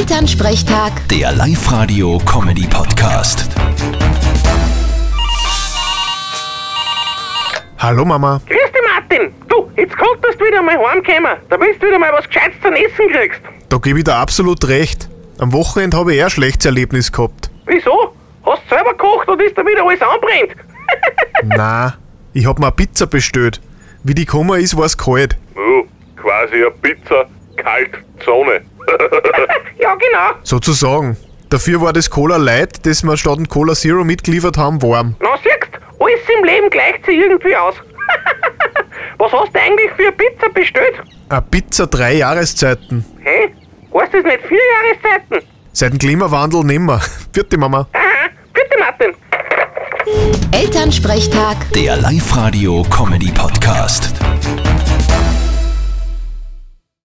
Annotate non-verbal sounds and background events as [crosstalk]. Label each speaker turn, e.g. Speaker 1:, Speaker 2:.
Speaker 1: Elternsprechtag,
Speaker 2: Der Live-Radio-Comedy-Podcast.
Speaker 3: Hallo Mama.
Speaker 4: Grüß dich, Martin. Du, jetzt konntest du wieder mal heimkommen. Da willst du wieder mal was Gescheites zum Essen kriegst.
Speaker 3: Da gebe ich dir absolut recht. Am Wochenende habe ich eher ein schlechtes Erlebnis gehabt.
Speaker 4: Wieso? Hast selber gekocht und ist da wieder alles anbrennt? [laughs]
Speaker 3: Na, ich habe mir eine Pizza bestellt. Wie die gekommen ist, war es kalt.
Speaker 5: Oh, quasi eine Pizza, Kaltzone.
Speaker 4: ja, genau.
Speaker 3: Sozusagen. Dafür war das Cola Light, das wir statt dem Cola Zero mitgeliefert haben, warm.
Speaker 4: Na, siehst, alles im Leben gleicht sich irgendwie aus. [laughs] was hast du eigentlich für eine Pizza bestellt?
Speaker 3: Eine Pizza drei Jahreszeiten.
Speaker 4: Hä? Heißt das nicht vier Jahreszeiten?
Speaker 3: Seit dem nimmer. [laughs] Vierte Mama.
Speaker 4: Aha, bitte, Martin.
Speaker 1: Elternsprechtag.
Speaker 2: Der Live-Radio-Comedy-Podcast.